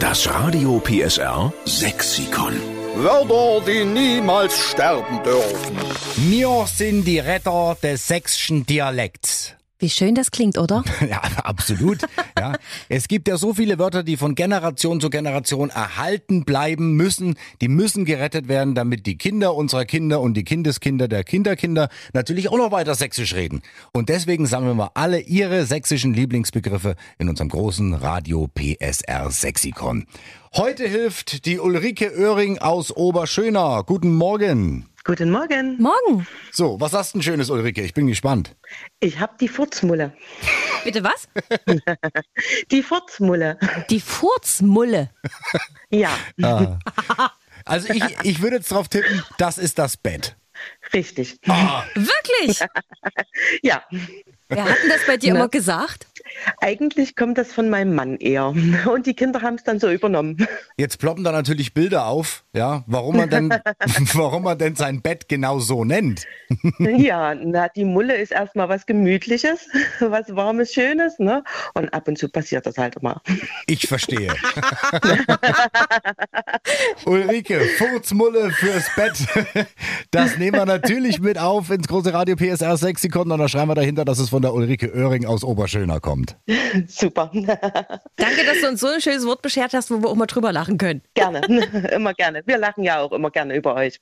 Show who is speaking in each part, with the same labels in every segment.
Speaker 1: Das Radio PSR Sexikon.
Speaker 2: Wörter, die niemals sterben dürfen.
Speaker 3: Wir sind die Retter des sächsischen Dialekts.
Speaker 4: Wie schön das klingt, oder?
Speaker 3: Ja, absolut. ja. Es gibt ja so viele Wörter, die von Generation zu Generation erhalten bleiben müssen. Die müssen gerettet werden, damit die Kinder unserer Kinder und die Kindeskinder der Kinderkinder natürlich auch noch weiter sächsisch reden. Und deswegen sammeln wir alle ihre sächsischen Lieblingsbegriffe in unserem großen Radio PSR Sexikon. Heute hilft die Ulrike Oehring aus Oberschöner. Guten Morgen.
Speaker 5: Guten Morgen.
Speaker 4: Morgen.
Speaker 3: So, was hast du denn Schönes, Ulrike? Ich bin gespannt.
Speaker 5: Ich habe die Furzmulle.
Speaker 4: Bitte was?
Speaker 5: Die Furzmulle.
Speaker 4: Die Furzmulle.
Speaker 5: Ja,
Speaker 3: Also ich, ich würde jetzt drauf tippen, das ist das Bett.
Speaker 5: richtig.
Speaker 4: Wirklich?
Speaker 5: Ja,
Speaker 4: Wer hat denn das bei dir immer gesagt?
Speaker 5: eigentlich kommt das von meinem Mann eher. Und die Kinder haben es dann so übernommen.
Speaker 3: Jetzt ploppen da natürlich Bilder auf, ja, warum man denn, warum man denn sein Bett genau so nennt.
Speaker 5: Ja, na, die Mulle ist erstmal was Gemütliches, was Warmes, Schönes. Ne? Und ab und zu passiert das halt immer.
Speaker 3: Ich verstehe. Ulrike, Furzmulle fürs Bett. Das nehmen wir natürlich mit auf ins große Radio PSR Sexikon und dann schreiben wir dahinter, dass es von der Ulrike Oehring aus Oberschöner kommt.
Speaker 5: Super.
Speaker 4: Danke, dass du uns so ein schönes Wort beschert hast, wo wir auch mal drüber lachen können.
Speaker 5: Gerne, immer gerne. Wir lachen ja auch immer gerne über euch.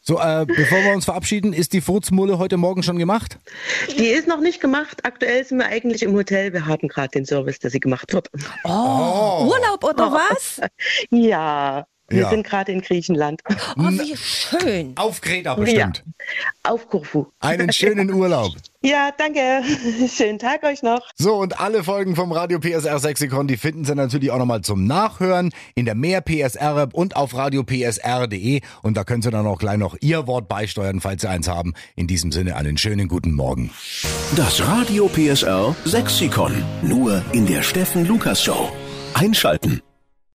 Speaker 3: So, äh, bevor wir uns verabschieden, ist die Furzmulle heute Morgen schon gemacht?
Speaker 5: Die ist noch nicht gemacht. Aktuell sind wir eigentlich im Hotel. Wir haben gerade den Service, dass sie gemacht wird.
Speaker 4: Oh, Urlaub oder was?
Speaker 5: Ja, wir
Speaker 3: Ja.
Speaker 5: sind gerade in Griechenland.
Speaker 4: Oh, wie schön.
Speaker 3: Oh, Auf Kreta bestimmt.
Speaker 5: Ja. Auf Korfu.
Speaker 3: Einen schönen Urlaub.
Speaker 5: Ja, danke. Schönen Tag euch noch.
Speaker 3: So, und alle Folgen vom Radio PSR Sexikon, die finden Sie natürlich auch nochmal zum Nachhören in der Mehr PSR-App und auf radiopsr.de. E. Und da können Sie dann auch gleich noch Ihr Wort beisteuern, falls Sie eins haben. In diesem Sinne einen schönen guten Morgen.
Speaker 1: Das Radio PSR Sexikon. Nur in der Steffen Lukas Show. Einschalten.